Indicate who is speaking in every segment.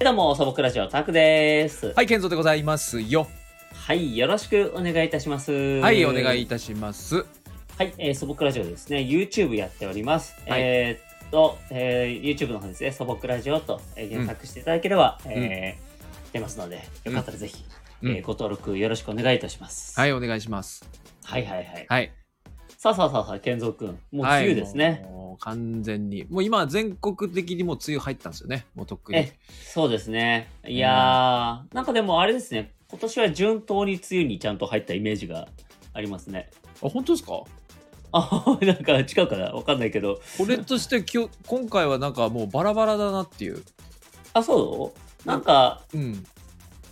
Speaker 1: どうも、素朴ラジオタクです。
Speaker 2: はい、健三でございますよ。
Speaker 1: はい、よろしくお願いいたします。は
Speaker 2: はい、お願いい。たします。
Speaker 1: はい、えー、素朴ラジオですね、YouTube やっております。
Speaker 2: はい
Speaker 1: えーっと、えー YouTube の方ですね、素朴ラジオとえー検索していただければ、えー出ますので、よかったらぜひ、
Speaker 2: うん
Speaker 1: えーご登録よろしくお願いいたします。。
Speaker 2: はいい、お願いします。
Speaker 1: はいはいはい。
Speaker 2: はい。
Speaker 1: さあさあさあさあ、健三くん、もう
Speaker 2: は
Speaker 1: 梅
Speaker 2: い
Speaker 1: 雨ですね。
Speaker 2: もう完全に。もう今、全国的にもう梅雨入ったんですよね。もうとっくに
Speaker 1: え。そうですね。いやー、なんかでもあれですね、今年は順当に梅雨にちゃんと入ったイメージがありますね。
Speaker 2: あ、本当ですかこ
Speaker 1: あ、 なんか違うかなわかんないけど。
Speaker 2: れ としてきょ、今回はなんかもうバラバラだなっていう。
Speaker 1: あ、そうなんか、
Speaker 2: うん。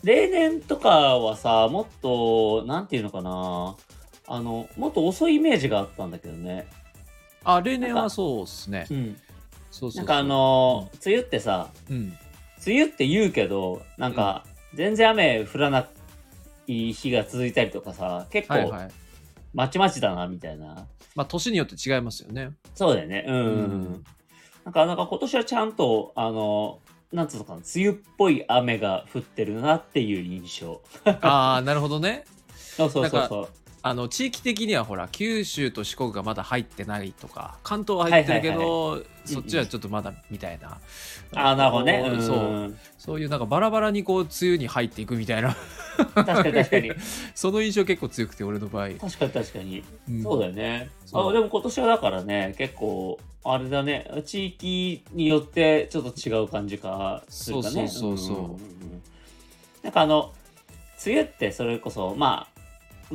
Speaker 1: 例年とかはさ、もっと、なんていうのかなあの、もっと遅いイメージがあったんだけどね。
Speaker 2: あ、例年はそうですね
Speaker 1: う。ん。
Speaker 2: そうそうそ
Speaker 1: な
Speaker 2: う
Speaker 1: んかあ、の、梅雨ってさ、
Speaker 2: うん。
Speaker 1: 梅雨って言うけど、なんか、全然雨降らない日が続いたりとかさ、結
Speaker 2: はい
Speaker 1: 構、
Speaker 2: はい。
Speaker 1: まちまちだな、みたいな。
Speaker 2: まあ、年によって違いますよね。
Speaker 1: そうだよね。うん。
Speaker 2: うん
Speaker 1: なんか、なんか今年はちゃんと、あの、なんつうのかな、梅雨っぽい雨が降ってるなっていう印象。
Speaker 2: ああ、なるほどね。
Speaker 1: そうそうそう
Speaker 2: なん
Speaker 1: そう。
Speaker 2: あの地域的にはほら九州と四国がまだ入ってないとか関東は入ってるけど、
Speaker 1: はい
Speaker 2: そっちはちょっとまだみたいな、
Speaker 1: ああ、なるほどね。うん、
Speaker 2: そうそういうなんかバラバラにこう梅雨に入っていくみたいな
Speaker 1: 確かに確かに。
Speaker 2: その印象結構強くて俺の場合、
Speaker 1: 確かに確かに。
Speaker 2: うん
Speaker 1: そうだよね。
Speaker 2: そう
Speaker 1: あでも今年はだからね、結構、あれだね、地域によってちょっと違う感じかするかね。
Speaker 2: そうそうそうそうん
Speaker 1: んんんなんかあの、梅雨ってそれこそ、ま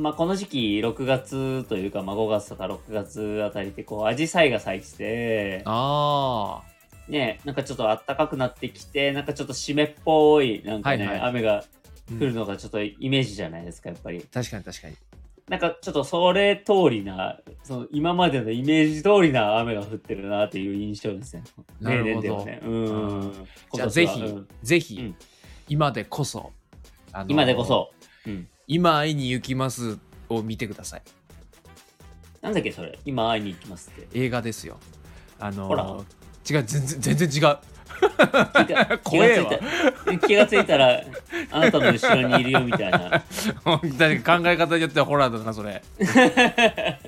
Speaker 1: あ、まあ、この時期6月というか、まあ、5月とか6月あたりってこうアジサイが咲いてて
Speaker 2: あ
Speaker 1: ねなんかちょっと暖かくなってきてなんかちょっと湿っぽいなんかね、
Speaker 2: はいはい
Speaker 1: 雨が
Speaker 2: ー、うん
Speaker 1: 来るのがちょっとイメージじゃないですかやっぱり
Speaker 2: 確かに確かに
Speaker 1: なんかちょっとそれ通りなその今までのイメージ通りな雨が降ってるなっていう印象ですね
Speaker 2: なるほ
Speaker 1: 例年
Speaker 2: ど
Speaker 1: ではねうん
Speaker 2: うん
Speaker 1: 今年
Speaker 2: じゃ
Speaker 1: は
Speaker 2: あぜひ、
Speaker 1: うん
Speaker 2: ぜひ、
Speaker 1: うん
Speaker 2: 今でこそ、あのー
Speaker 1: 今でこそ、うん、
Speaker 2: 「今会いに行きます」を見てください
Speaker 1: なんだっけそれ今会いに行きます って
Speaker 2: 映画ですよあのー
Speaker 1: ほら
Speaker 2: 違う全然全然違う
Speaker 1: 聞いた
Speaker 2: 怖えわ
Speaker 1: 気がついた気がついたらあなたの後ろにいるよみたい な
Speaker 2: 誰か考え方によってはホラーだなそ れ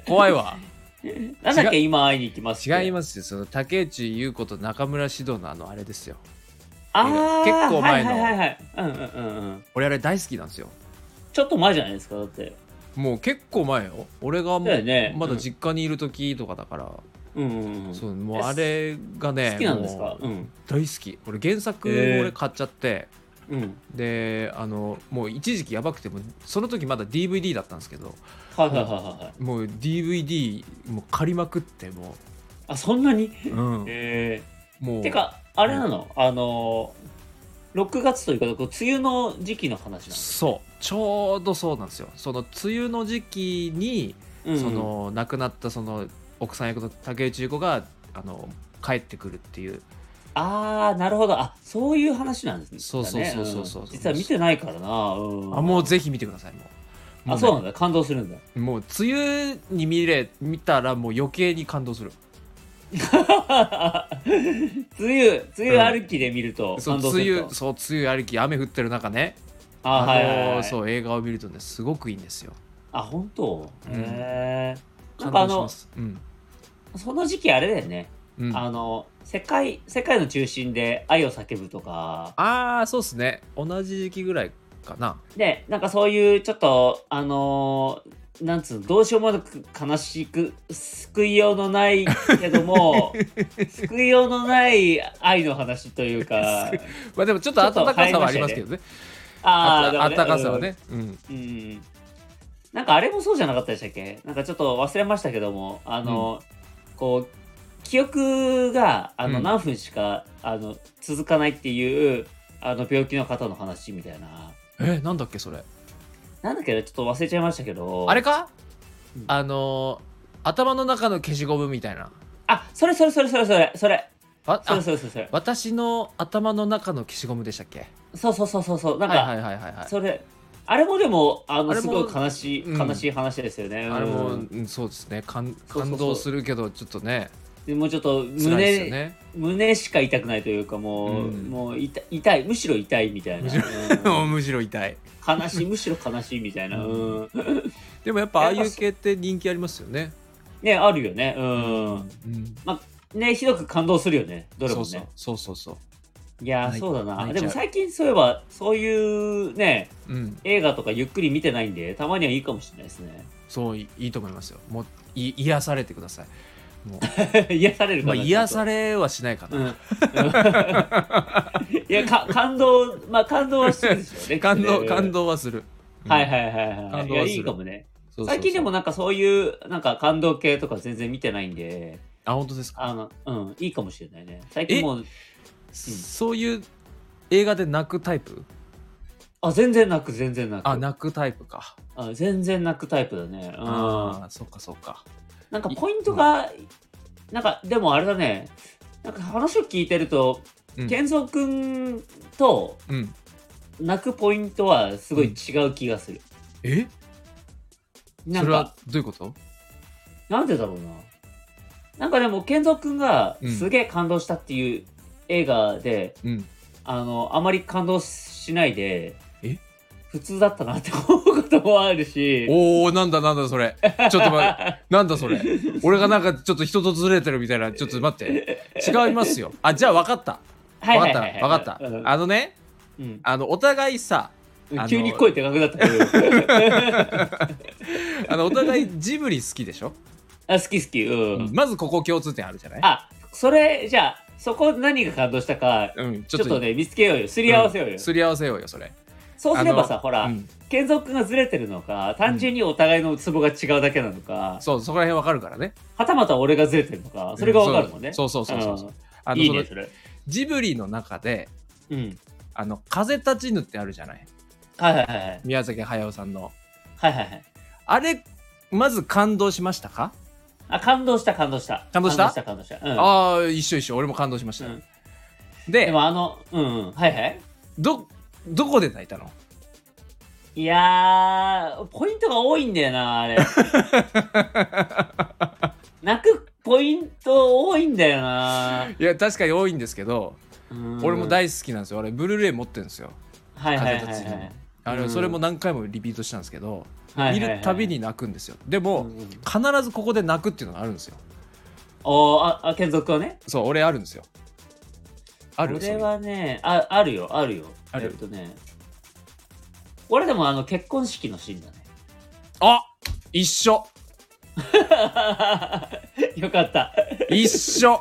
Speaker 2: 怖いわ
Speaker 1: なんだっけ今会いに行きますって
Speaker 2: 違いますよその竹内優子と中村獅童のあのあれですよ
Speaker 1: あー
Speaker 2: 結構前の
Speaker 1: はいはいはいはいうんうんうんうん
Speaker 2: 俺あれ大好きなんですよ
Speaker 1: ちょっと前じゃないですかだって
Speaker 2: もう結構前よ俺がも
Speaker 1: だよ
Speaker 2: う、
Speaker 1: ね
Speaker 2: まだ
Speaker 1: うん
Speaker 2: 実家にいる時とかだから、
Speaker 1: うんうんうん
Speaker 2: そうもうあれがね
Speaker 1: 好きなんですか
Speaker 2: もう
Speaker 1: うん
Speaker 2: 大好き俺原作を
Speaker 1: へー
Speaker 2: 俺買っちゃって、
Speaker 1: うん
Speaker 2: であのもう一時期やばくてもその時まだ DVD だったんですけど
Speaker 1: はいはいはいはいはい
Speaker 2: もう DVD もう借りまくっても
Speaker 1: あそんなに
Speaker 2: う、うん、
Speaker 1: え
Speaker 2: も
Speaker 1: ー、
Speaker 2: う
Speaker 1: てかあれなの、あのー6月というかこう梅雨の時期の話な
Speaker 2: そうちょうどそうなんですよその梅雨の時期に、
Speaker 1: の,、うん、
Speaker 2: その亡くなったその奥さん役の竹内優子があの帰ってくるっていう
Speaker 1: ああなるほどあそういう話なんですね
Speaker 2: そうそうそうそうそうん
Speaker 1: 実は見てないからな、うん、
Speaker 2: あもうぜひ見てくださいもうもうね、
Speaker 1: あそうなんだ感動するんだ
Speaker 2: もう梅雨に見れ見たらもう余計に感動する
Speaker 1: 梅雨梅雨歩きで見ると
Speaker 2: そう
Speaker 1: 感動す
Speaker 2: 梅
Speaker 1: ると、
Speaker 2: 雨そう梅雨歩き雨降ってる中ね
Speaker 1: あーはい
Speaker 2: の
Speaker 1: はい、はい、
Speaker 2: そう映画を見るとねすごくいいんですよ
Speaker 1: あ本当
Speaker 2: うん
Speaker 1: へえなん
Speaker 2: 感
Speaker 1: かあ
Speaker 2: 動しま
Speaker 1: の
Speaker 2: すうん
Speaker 1: その時期あれだよね、
Speaker 2: うん
Speaker 1: あの世界世界の中心で愛を叫ぶとか
Speaker 2: あーそうっすね同じ時期ぐらいかな
Speaker 1: でなんかそういうちょっとあのーなんつうのどうしようもなく悲しく救いようのないけど も救いようのない愛の話という か
Speaker 2: まあでもちょっと暖かさはありますけどね
Speaker 1: あ
Speaker 2: あ
Speaker 1: ーでも
Speaker 2: あったかさはね、うん、
Speaker 1: うん、うんなんかあれもそうじゃなかったでしたっけなんかちょっと忘れましたけどもあの、こう記憶があの
Speaker 2: うん
Speaker 1: 何分しか、あの続かないっていうあの病気の方の話みたいな
Speaker 2: えなんだっけそれ
Speaker 1: なんだっけなちょっと忘れちゃいましたけど
Speaker 2: あれか、
Speaker 1: うん
Speaker 2: あのー頭の中の消しゴムみたいな
Speaker 1: あそれそれそれそれそれそれ
Speaker 2: あ
Speaker 1: そ
Speaker 2: あ
Speaker 1: れそれそれそれ
Speaker 2: 私の頭の中の消しゴムでしたっけ
Speaker 1: そうそうそうそうそうなんか、
Speaker 2: はいはいはいはいはい
Speaker 1: それあれもでもあの
Speaker 2: あれ
Speaker 1: す
Speaker 2: も
Speaker 1: ごい悲しい、
Speaker 2: うん
Speaker 1: 悲しい話ですよね
Speaker 2: あれも、
Speaker 1: う
Speaker 2: うんん、そうですね感
Speaker 1: そうそうそう
Speaker 2: 感動するけどちょっとね
Speaker 1: でもうちょっと
Speaker 2: 辛いです
Speaker 1: 胸,、
Speaker 2: よね
Speaker 1: 胸しか痛くないというかもう,、
Speaker 2: うん
Speaker 1: もう痛痛いむしろ痛いみたいな、
Speaker 2: も
Speaker 1: う
Speaker 2: うん むしろ痛い
Speaker 1: 悲しいむしろ悲しいみたいな、うん
Speaker 2: でもやっぱああいう系って人気ありますよね
Speaker 1: ねあるよねうん
Speaker 2: うん
Speaker 1: ねひどく感動するよねどれも
Speaker 2: そう
Speaker 1: ね
Speaker 2: そうそうそうそう
Speaker 1: いやー
Speaker 2: 泣い
Speaker 1: そうだな
Speaker 2: 泣いち
Speaker 1: で
Speaker 2: ゃう
Speaker 1: も最近そういえばそういうね
Speaker 2: うん
Speaker 1: 映画とかゆっくり見てないんでたまにはいいかもしれないですね
Speaker 2: そういいいと思いますよもうい癒されてくださいも う
Speaker 1: 癒されるか
Speaker 2: ま
Speaker 1: な
Speaker 2: あ癒されはしないか
Speaker 1: う
Speaker 2: な、
Speaker 1: ん、うん いやか感動まあ感動はしてるでしょうね
Speaker 2: 感
Speaker 1: う
Speaker 2: 動
Speaker 1: ん
Speaker 2: 感動はする、うん
Speaker 1: はいはいはいはい
Speaker 2: 感
Speaker 1: い
Speaker 2: 動
Speaker 1: や
Speaker 2: はす
Speaker 1: い
Speaker 2: る
Speaker 1: いかもね
Speaker 2: そうそうそう
Speaker 1: 最近でもなんかそういうなんか感動系とか全然見てないんで
Speaker 2: あ本当ですか
Speaker 1: あのうんいいかもしれないね最近もう
Speaker 2: そういう映画で泣くタイプ
Speaker 1: あ全然泣く全然泣く
Speaker 2: あ泣くタイプか
Speaker 1: あ全然泣くタイプだねうん
Speaker 2: ああそっかそっか
Speaker 1: なんかポイントが、なんかでもあれだね、なんか話を聞いてると、
Speaker 2: うん
Speaker 1: 健三くんと
Speaker 2: うん
Speaker 1: 泣くポイントはすごい違う気がする。
Speaker 2: え
Speaker 1: な
Speaker 2: そ
Speaker 1: ん
Speaker 2: れは
Speaker 1: か、
Speaker 2: どういうこと
Speaker 1: なんでだろうな。なんかでも、健三くんが
Speaker 2: うん
Speaker 1: すげえ感動したっていう映画で、
Speaker 2: うん
Speaker 1: あの、あまり感動しないで
Speaker 2: え、
Speaker 1: 普通だったなって思うこともあるし、
Speaker 2: おおなんだなんだそれ ちょっと待ってなんだそれ俺がなんかちょっと人とずれてるみたいなちょっと待って違いますよあじゃあ分かった
Speaker 1: はい
Speaker 2: 分
Speaker 1: は
Speaker 2: か
Speaker 1: い
Speaker 2: った
Speaker 1: はい
Speaker 2: 分
Speaker 1: はい
Speaker 2: かった
Speaker 1: うん
Speaker 2: あのね
Speaker 1: うん
Speaker 2: あのお互いさ
Speaker 1: うん
Speaker 2: あの
Speaker 1: 急に声でかくなったけ ど
Speaker 2: あのお互いジブリ好きでしょ
Speaker 1: あ、好き好き、うん。
Speaker 2: まずここ共通点あるじゃない
Speaker 1: あそれじゃあそこ何が感動したか
Speaker 2: うん
Speaker 1: ちょっとね見つけようよすり合わせようよ、
Speaker 2: んすり合わせようよそれ
Speaker 1: そうすればさほ
Speaker 2: う
Speaker 1: ら、
Speaker 2: ん
Speaker 1: 健三君がずれてるのか単純にお互いのツボが違うだけなのか、
Speaker 2: そうそこら辺分かるからね
Speaker 1: はたまた俺がずれてるのかそれがわかるもんね、
Speaker 2: うそうそうそうそうそうあ
Speaker 1: ん
Speaker 2: の
Speaker 1: いい
Speaker 2: その
Speaker 1: ねそれ
Speaker 2: ジブリの中で
Speaker 1: うん
Speaker 2: 「あの風立ちぬ」ってあるじゃない
Speaker 1: はいはいはいはい
Speaker 2: 宮崎駿さんの
Speaker 1: はいはいはい
Speaker 2: あれまず感動しましたか、
Speaker 1: あ感動した感動した
Speaker 2: 感動した
Speaker 1: 感動した感動した、うん、
Speaker 2: ああ一緒一緒俺も感動しました、
Speaker 1: うんで
Speaker 2: で
Speaker 1: もあのうん、うん、はいはい
Speaker 2: どどこで泣いたの
Speaker 1: いやーポイントが多いんだよなあ れ泣くポイント多いんだよない
Speaker 2: や確かに多いんですけど、俺も
Speaker 1: 大
Speaker 2: 大好きなんですよあれブルーレイ持ってるんですよ
Speaker 1: はいはいはいは
Speaker 2: 風立ち
Speaker 1: い
Speaker 2: ぬあれ、
Speaker 1: うん
Speaker 2: それも何回もリピートしたんですけど、
Speaker 1: はいはい
Speaker 2: 見るたびに泣くんですよでも、
Speaker 1: うんうん
Speaker 2: 必ずここで泣くっていうのがあるんですよ
Speaker 1: おーああ継続はね
Speaker 2: そう俺あるんですよある
Speaker 1: これはねああるよあるよ
Speaker 2: ある
Speaker 1: えっとね俺でもあの結婚式のシーンだ
Speaker 2: そういうあ一緒
Speaker 1: ね よかった
Speaker 2: 一緒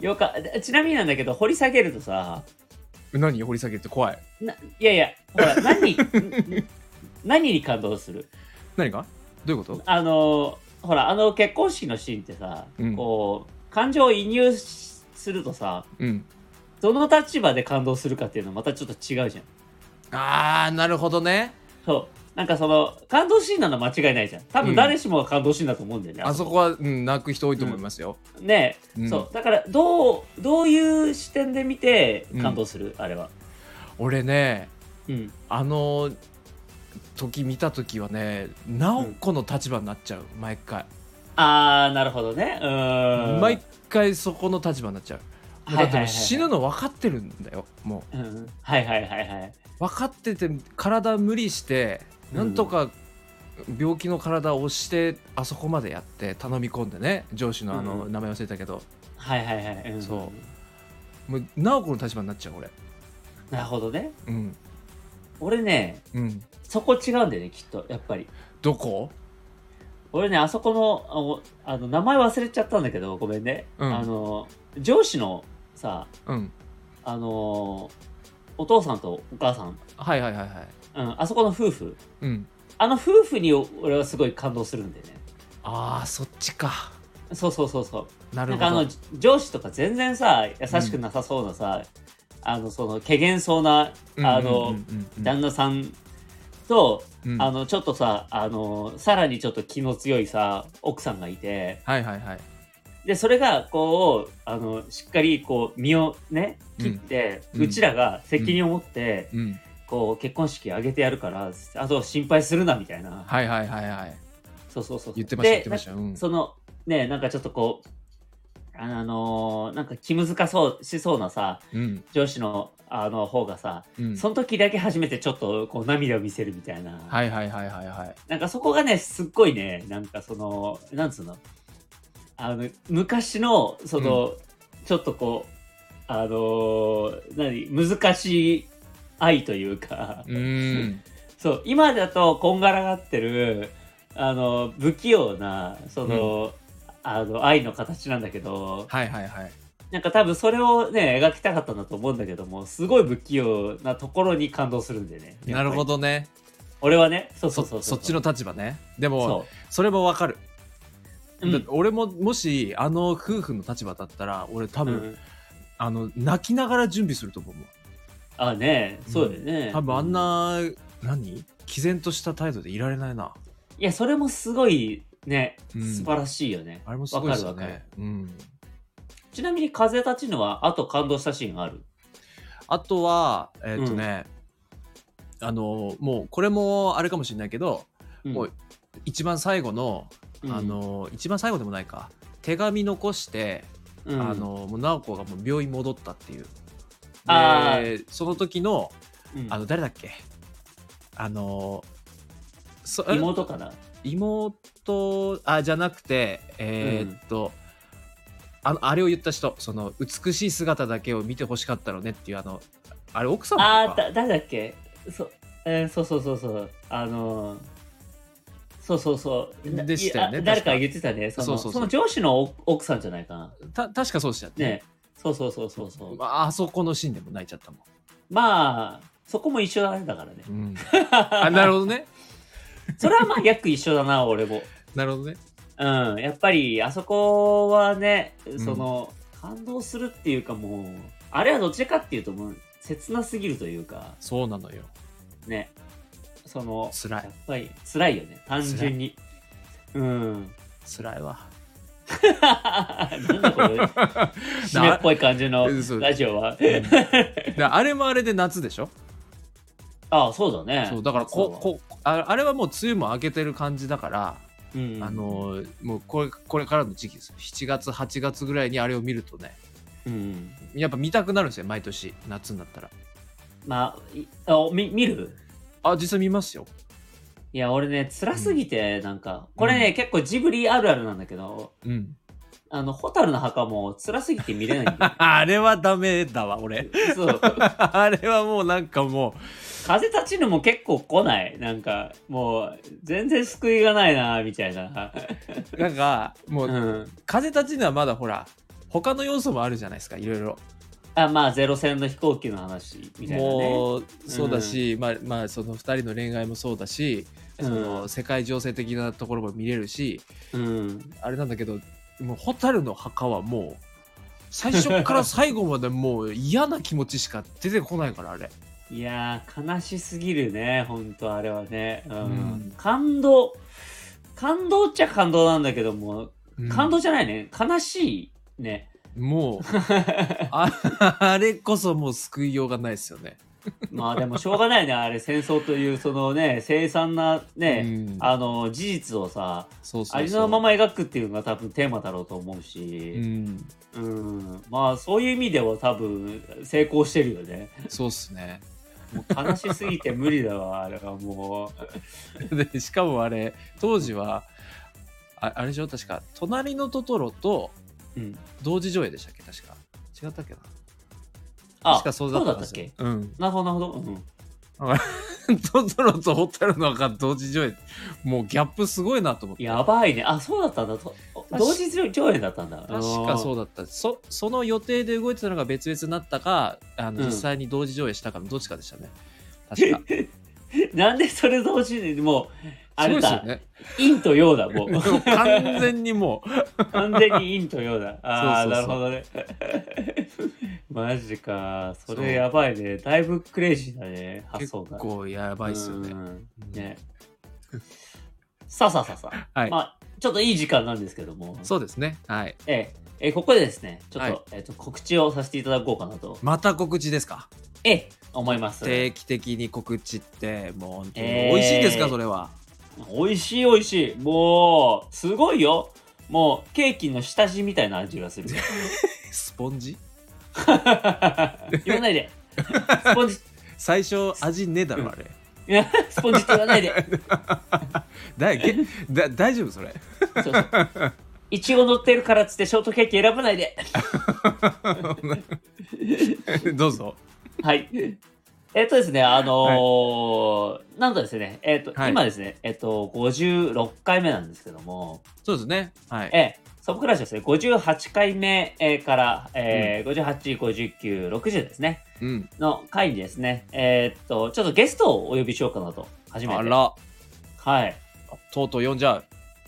Speaker 1: よかちなみになんだけど掘り下げるとさ
Speaker 2: 何掘り下げって怖い
Speaker 1: ないやいやほ ら何ん何に感動する
Speaker 2: 何がどういうこと
Speaker 1: あのほらあの結婚式のシーンってさ、
Speaker 2: うん
Speaker 1: こう感情を移入しするとさ
Speaker 2: うん
Speaker 1: どの立場で感動するかっていうのはまたちょっと違うじゃん
Speaker 2: あーなるほどね
Speaker 1: そう。なんかその、感動シーンなのは間違いないじゃん。多
Speaker 2: う
Speaker 1: 分
Speaker 2: ん
Speaker 1: 誰しもが感動シーンだと思うんだよね。
Speaker 2: あそこは、うん、泣く人多いと思いますよ、
Speaker 1: ねえ、
Speaker 2: うん
Speaker 1: そう。だから、どう、どういう視点で見て感動する、あれは。
Speaker 2: 俺ね
Speaker 1: うん。
Speaker 2: あの時見た時はね直子の立場になっちゃう毎回
Speaker 1: あー、なるほどね。うーん。
Speaker 2: 毎回そこの立場になっちゃうだってもう死ぬ
Speaker 1: の。
Speaker 2: の分かってるんだよも
Speaker 1: うん。はいはいはいはい。
Speaker 2: う分かってて体無理して
Speaker 1: うん
Speaker 2: なんとか病気の体を押してあそこまでやって頼み込んでね上司のあの
Speaker 1: うん
Speaker 2: 名前忘れたけど、
Speaker 1: はいはいはい。うん
Speaker 2: そもう直子の立場になっちゃう俺
Speaker 1: なるほどね。
Speaker 2: うん
Speaker 1: 俺ね、
Speaker 2: うん
Speaker 1: そこ違うんだよね、きっと、やっぱり。
Speaker 2: どこ
Speaker 1: 俺ね、あそこの、あおあの名前忘れちゃったんだけど、ごめんね。
Speaker 2: うん
Speaker 1: あの、上司のさ、
Speaker 2: うん
Speaker 1: あのーお父さんとお母さん、
Speaker 2: はいはいはいはい
Speaker 1: うん、あそこの夫婦
Speaker 2: うん
Speaker 1: あの夫婦にお俺はすごい感動するんだよね
Speaker 2: あーそっちか
Speaker 1: そうそうそうそう
Speaker 2: なる
Speaker 1: なん
Speaker 2: ほ
Speaker 1: かあ
Speaker 2: ど
Speaker 1: の上司とか全然さ優しくなさそうなさ、あのその怪げそうなあの、
Speaker 2: うんうんうん
Speaker 1: 旦那さんと、
Speaker 2: うんうん
Speaker 1: あのちょっとさあのさらにちょっと気の強いさ奥さんがいて
Speaker 2: はいはいはい
Speaker 1: でそれがこうあのしっかりこう身をね切って、
Speaker 2: う
Speaker 1: うんちらが責任を持って、
Speaker 2: うん
Speaker 1: こう結婚式挙げてやるからあと心配するなみたいな、
Speaker 2: はいはいはいはい
Speaker 1: そうそうそう
Speaker 2: 言ってました言ってまし
Speaker 1: で
Speaker 2: たうん
Speaker 1: そのねなんかちょっとこうあのあのーなんか気難そうしそうなさ
Speaker 2: うん
Speaker 1: 上司のあの方がさ、
Speaker 2: うん
Speaker 1: その時だけ初めてちょっとこう涙を見せるみたいな、
Speaker 2: はいはいはいはいはい
Speaker 1: なんかそこがねすっごいねなんかそのなんつうのあの昔のその、ちょっとこうあのー何難しい愛というか、
Speaker 2: うーん
Speaker 1: そう今だとこんがらがってるあの不器用なその、あの愛の形なんだけど
Speaker 2: はいはいはい
Speaker 1: なんか多分それをね描きたかったんだと思うんだけどもすごい不器用なところに感動するんでね
Speaker 2: なるほ
Speaker 1: ど
Speaker 2: どね
Speaker 1: 俺はねそうそ
Speaker 2: そう
Speaker 1: そう
Speaker 2: そっちの立場ねでも
Speaker 1: そ
Speaker 2: それもわかる
Speaker 1: う、うん
Speaker 2: だって俺ももしあの夫婦の立場だったら俺多
Speaker 1: う
Speaker 2: 分
Speaker 1: ん
Speaker 2: あの泣きながら準備すると思う
Speaker 1: あねそうだよね、
Speaker 2: 多分あんな何毅然とした態度でいられないない
Speaker 1: やそれもすごいね
Speaker 2: うん
Speaker 1: 素晴らしいよね、
Speaker 2: あれもすごいです
Speaker 1: わ
Speaker 2: よ
Speaker 1: かるわか
Speaker 2: ねうん
Speaker 1: ちなみに風立ちぬはあと感動したシーンある
Speaker 2: あとはえっとねあのもうこれもあれかもしれないけどもう一番最後の
Speaker 1: うん
Speaker 2: あの一番最後でもないか手紙残して
Speaker 1: うん
Speaker 2: あのもう直子がもう病院戻ったっていう
Speaker 1: あ
Speaker 2: でその時の
Speaker 1: うん
Speaker 2: あの誰だっけあのそあれ
Speaker 1: 妹かな
Speaker 2: 妹あじゃなくてえーっと、あのあれを言った人その美しい姿だけを見てほしかったのねっていうあのあれ奥さん
Speaker 1: あ
Speaker 2: か
Speaker 1: ーだ誰だっけそ,、えーそうそうそうそうあのーそうそうそうな
Speaker 2: でしたよね
Speaker 1: いや
Speaker 2: 確か
Speaker 1: 誰か言ってたねその
Speaker 2: そうそうそう
Speaker 1: の上司の奥奥さんじゃないかな
Speaker 2: た確かそうでしたよ
Speaker 1: ねそうそうそうそうそう
Speaker 2: まああそこのシーンでも泣いちゃったもん、
Speaker 1: まあそこも一緒だねだからね
Speaker 2: あなるほどね
Speaker 1: それはまあ約一緒だな俺も
Speaker 2: なるほどね
Speaker 1: うんやっぱりあそこはねその、感動するっていうかもうあれはどっちかっていうともう切なすぎるというか
Speaker 2: そうなのよ
Speaker 1: ねその
Speaker 2: 辛い
Speaker 1: やっぱり辛いよね単純にうん
Speaker 2: 辛いわ
Speaker 1: なんだこれ締めっぽい感じの
Speaker 2: そう
Speaker 1: ラジオは
Speaker 2: であれもあれで夏で しょ
Speaker 1: ああそうだね
Speaker 2: そうだからこ
Speaker 1: そう
Speaker 2: こああれはもう梅雨も明けてる感じだから、
Speaker 1: うん
Speaker 2: あのもうこれこれからの時期です7月8月ぐらいにあれを見るとね
Speaker 1: うん
Speaker 2: やっぱ見たくなるんですよ毎年夏になったら
Speaker 1: まあいあみ見る
Speaker 2: あ実際見ますよ
Speaker 1: いや俺ね辛すぎてなんかこれね、
Speaker 2: う
Speaker 1: 結構ジブリあるあるなんだけど
Speaker 2: うん
Speaker 1: あの蛍の墓も辛すぎて見れないんだよ
Speaker 2: あれはダメだわ俺
Speaker 1: そう
Speaker 2: あれはもうなんかも
Speaker 1: 風立ちぬも結構来ないなんかもう全然救いがないなみたいな
Speaker 2: うなんかも
Speaker 1: う
Speaker 2: う、
Speaker 1: ん
Speaker 2: 風立ちぬはまだほら他の要素もあるじゃないですかいろいろ
Speaker 1: あまあゼロ戦の飛行機の話みたいなね
Speaker 2: もうそうだし、まあまあその2人の恋愛もそうだし、そ
Speaker 1: うん
Speaker 2: の世界情勢的なところも見れるし
Speaker 1: うん
Speaker 2: あれなんだけどもう蛍の墓はもう最初から最後までもう嫌な気持ちしか出てこないからあれ
Speaker 1: いやー悲しすぎるねほんとあれはね、うん
Speaker 2: うん
Speaker 1: 感動感動っちゃ感動なんだけども
Speaker 2: うん
Speaker 1: 感動じゃないね、悲しいね
Speaker 2: もうああれこそもう救いようがないですよね。
Speaker 1: まあでもしょうが ないねあれ戦争というそのね凄惨なね、
Speaker 2: うん
Speaker 1: あの事実をさ
Speaker 2: そうそうそう
Speaker 1: ありのまま描くっていうのが多分テーマだろうと思う
Speaker 2: う
Speaker 1: し、
Speaker 2: ん、
Speaker 1: うんまあそういう意味では多分成功してるよね
Speaker 2: そうっすね。
Speaker 1: もう悲しすぎて無理だわあれはも
Speaker 2: でしかもあれ当時はああれでしょ確か「隣のトトロ」と
Speaker 1: う、うん、
Speaker 2: 同時上映でしたっけ確か違ったっけな
Speaker 1: あ
Speaker 2: 確かそうだ
Speaker 1: そう
Speaker 2: っ
Speaker 1: だ
Speaker 2: た
Speaker 1: っ
Speaker 2: ん
Speaker 1: た
Speaker 2: で
Speaker 1: っ
Speaker 2: すよ
Speaker 1: け
Speaker 2: うん、
Speaker 1: なるほどなるほど、うん
Speaker 2: ト トロとホタルの墓同時上映もうギャップすごいなと思って
Speaker 1: やばいね。あ、そうだったんだ。と同時上映だったんだ。。
Speaker 2: 確かそううだったそその予定で動いてたのが別々になったかあの
Speaker 1: うん
Speaker 2: 実際に同時上映したかのどっちかでした ね、確か
Speaker 1: なんでそれ同時に、もう、あ
Speaker 2: すご
Speaker 1: れ
Speaker 2: いです
Speaker 1: だ
Speaker 2: よ、ね
Speaker 1: 陰と陽だ、も う。
Speaker 2: 完全にも う
Speaker 1: 完全に陰と陽だ。ああ、
Speaker 2: そう
Speaker 1: な
Speaker 2: そう
Speaker 1: る
Speaker 2: そ
Speaker 1: ほどね。 マジか。それやばいね。だいぶクレイジーだね、発
Speaker 2: 結
Speaker 1: 想が。
Speaker 2: 構やばいっすよね
Speaker 1: うん
Speaker 2: うん
Speaker 1: ね。さあさあさあさあ、
Speaker 2: はい
Speaker 1: まあ、ちょっといい時間なんですけども、
Speaker 2: そうですねはい
Speaker 1: えええここでですね、ちょっと,、
Speaker 2: はい
Speaker 1: えっと告知をさせていただこうかなと、
Speaker 2: また告知ですか
Speaker 1: ええ思います。
Speaker 2: 定期的に告知ってもう本当に
Speaker 1: えー
Speaker 2: 美味しいんですか、それは
Speaker 1: 美味しい美味しいもうすごいよもうケーキの下地みたいな味が する
Speaker 2: スポンジ
Speaker 1: 言わないでスポンジ
Speaker 2: 最初味ねえだろあれ、
Speaker 1: いやスポンジって言わないで
Speaker 2: だいけだ大丈夫それ
Speaker 1: そうそういちご乗ってるからっつってショートケーキ選ばないで
Speaker 2: どうぞ
Speaker 1: はいえっとですねあのーなんとですねえっと、
Speaker 2: はい
Speaker 1: 今ですねえっと56回目なんですけども
Speaker 2: そうですねはい
Speaker 1: ええ、サブクラッシュはですね、58回目えーから、えー58、59、60ですね、
Speaker 2: うん
Speaker 1: の回にですね、えーっと、ちょっとゲストをお呼びしようかなと、初めて。
Speaker 2: あら
Speaker 1: はい。
Speaker 2: とうとう呼んじゃう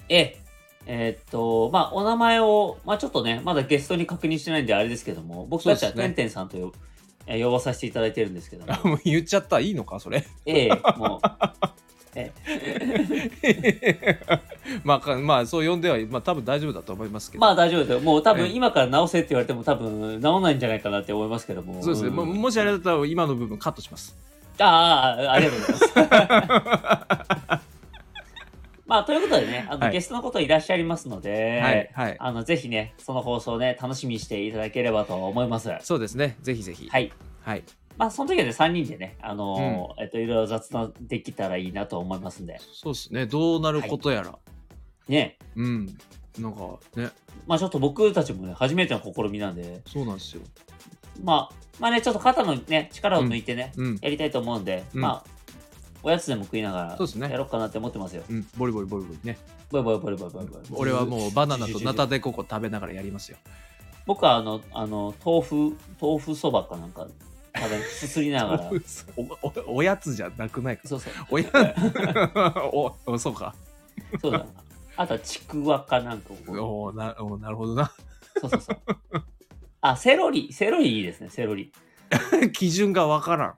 Speaker 1: ええ、えーっと、まあ、お名前を、まあ、ちょっとね、まだゲストに確認してないんであれですけども、僕たち
Speaker 2: そう
Speaker 1: は
Speaker 2: ですね
Speaker 1: てんてんさんと呼,、えー呼ばさせていただいてるんですけ ども
Speaker 2: あ、もう言っちゃったいいのかそれ
Speaker 1: ええ、もう、
Speaker 2: まあかまあそう呼んではまあ多分大丈夫だと思いますけど
Speaker 1: まあ大丈夫ですよ。もう多
Speaker 2: え
Speaker 1: 分
Speaker 2: え
Speaker 1: 今から直せって言われても多分直らないんじゃないかなって思いますけども。
Speaker 2: そうですね、も
Speaker 1: ん
Speaker 2: もしあれだったら今の部分カットします
Speaker 1: ああ、ありがとうございます。 まあ、ということでね、あの、
Speaker 2: はい
Speaker 1: ゲストのこといらっしゃいますので、
Speaker 2: はいはい
Speaker 1: あの、ぜひね、その放送をね、楽しみにしていただければと思います。は
Speaker 2: そうですねぜひぜひい、
Speaker 1: い。
Speaker 2: はい、
Speaker 1: まあ、その時はね、3人でね、あのーえっと、いろいろ雑談できたらいいなと思いますんで、
Speaker 2: そうですねどうなることやら、
Speaker 1: ね、
Speaker 2: うんなんかね
Speaker 1: まあ、ちょっと僕たちもね、初めての試みなんで、
Speaker 2: そうなんですよ
Speaker 1: まあ、まあね、ちょっと肩のね、力を抜いてね、
Speaker 2: うん
Speaker 1: やりたいと思うんで、
Speaker 2: うん
Speaker 1: まあ、おやつでも食いなが
Speaker 2: そうです
Speaker 1: ら、
Speaker 2: ね
Speaker 1: やろうかなって思ってますよ。
Speaker 2: うんボリボリボリボリね
Speaker 1: ボイボイボイボイボイボイ
Speaker 2: 俺 はもうバナナとナタデココ食べながらやりますよ
Speaker 1: 僕はあのあの豆腐豆腐そばかなんか食べすすりながら
Speaker 2: おおおやつじゃなくない か
Speaker 1: そうそう
Speaker 2: おや おおそうか
Speaker 1: そうだなあとはちくわかなんかをこ
Speaker 2: おなおなるほどな
Speaker 1: うそうそうそうあセロリセロリいいですねセロリ
Speaker 2: 基準がわから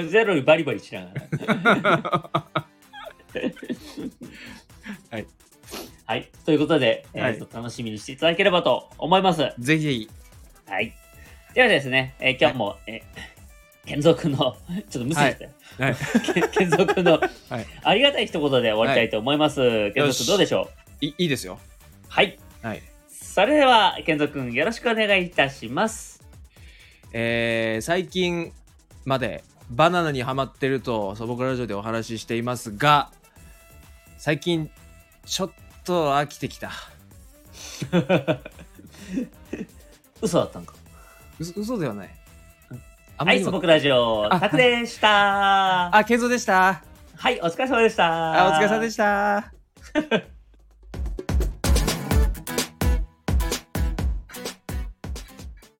Speaker 2: ん
Speaker 1: セロリバリバリしながら
Speaker 2: はい
Speaker 1: はいということで、え
Speaker 2: はい
Speaker 1: ーと楽しみにしていただければと思いますは
Speaker 2: ぜひぜひ
Speaker 1: いではですね、えー今日も、えー健三君のちょっと無視して、
Speaker 2: はい
Speaker 1: 健三君の、
Speaker 2: はい
Speaker 1: ありがたい一言で終わりたいと思います。健三
Speaker 2: よし
Speaker 1: 君どうでしょう
Speaker 2: いいいですよ
Speaker 1: はい。
Speaker 2: はい
Speaker 1: それでは、健三君よろしくお願いいたし ます。
Speaker 2: えー最近までバナナにハマってると素朴ラジオでお話ししていますが最近ちょっと飽きてきた
Speaker 1: 嘘だったんか。
Speaker 2: 嘘嘘ではないあ
Speaker 1: はい、
Speaker 2: にも
Speaker 1: 素朴ラジオ、
Speaker 2: あ
Speaker 1: タクでした。
Speaker 2: あ健三でした
Speaker 1: はい、お疲れ様でした。
Speaker 2: あお疲れ様でした